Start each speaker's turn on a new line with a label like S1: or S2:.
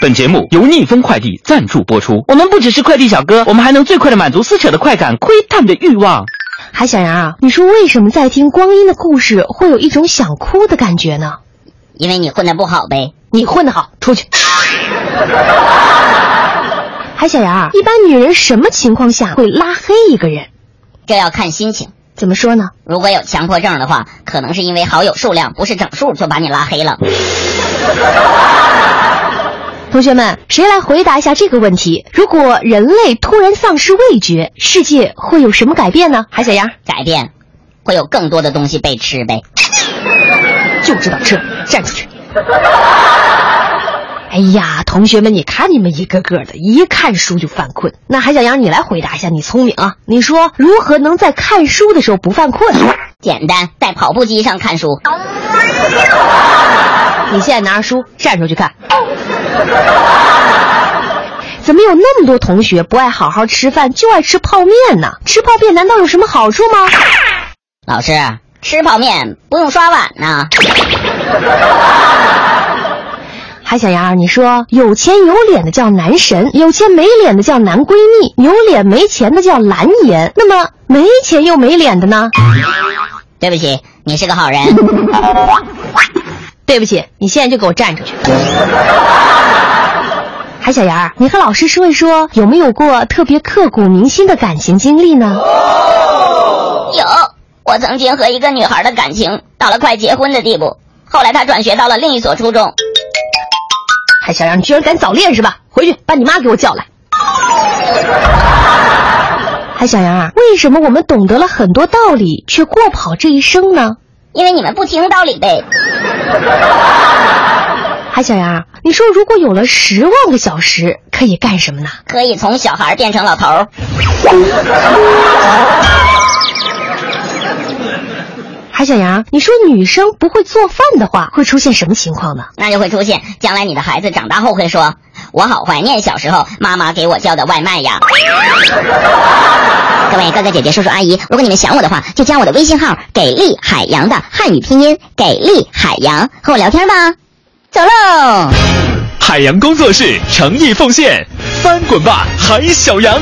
S1: 本节目由逆风快递赞助播出。
S2: 我们不只是快递小哥，我们还能最快的满足撕扯的快感、窥探的欲望。
S3: 海小杨啊，你说为什么在听光阴的故事会有一种想哭的感觉呢？
S4: 因为你混得不好呗。
S3: 你混得好，出去。 海小杨，啊一般女人什么情况下会拉黑一个人？
S4: 这要看心情。
S3: 怎么说呢？
S4: 如果有强迫症的话，可能是因为好友数量不是整数就把你拉黑了。
S3: 同学们，谁来回答一下这个问题？如果人类突然丧失味觉，世界会有什么改变呢？海小杨，
S4: 改变，会有更多的东西被吃呗。
S3: 就知道吃，站出去！ 哎呀，同学们，你看你们一个个的，一看书就犯困。那海小杨，你来回答一下，你聪明啊！你说如何能在看书的时候不犯困？
S4: 简单，在跑步机上看书。
S3: 你现在拿着书站出去看。 怎么有那么多同学不爱好好吃饭，就爱吃泡面呢？吃泡面难道有什么好处吗？
S4: 老师，吃泡面不用刷碗呢。
S3: 海小杨，你说有钱有脸的叫男神，有钱没脸的叫男闺蜜，有脸没钱的叫蓝颜。那么没钱又没脸的呢？
S4: 对不起，你是个好人。
S3: 对不起，你现在就给我站出去。 海小杨，你和老师说一说，有没有过特别刻骨铭心的感情经历呢？
S4: 有，我曾经和一个女孩的感情到了快结婚的地步，后来她转学到了另一所初中。
S3: 海小杨，你居然敢早恋是吧？回去把你妈给我叫来。海小杨啊，为什么我们懂得了很多道理，却过跑这一生呢？
S4: 因为你们不听道理呗。
S3: 海小杨，你说如果有了十万个小时，可以干什么呢？
S4: 可以从小孩变成老头儿。
S3: 海小杨，你说女生不会做饭的话，会出现什么情况呢？
S4: 那就会出现将来你的孩子长大后会说：“我好怀念小时候妈妈给我叫的外卖呀。” 各位哥哥姐姐、叔叔阿姨，如果你们想我的话，就加我的微信号“给力海洋”的汉语拼音“给力海洋”，和我聊天吧。走喽！
S1: 海洋工作室诚意奉献，翻滚吧，海小羊！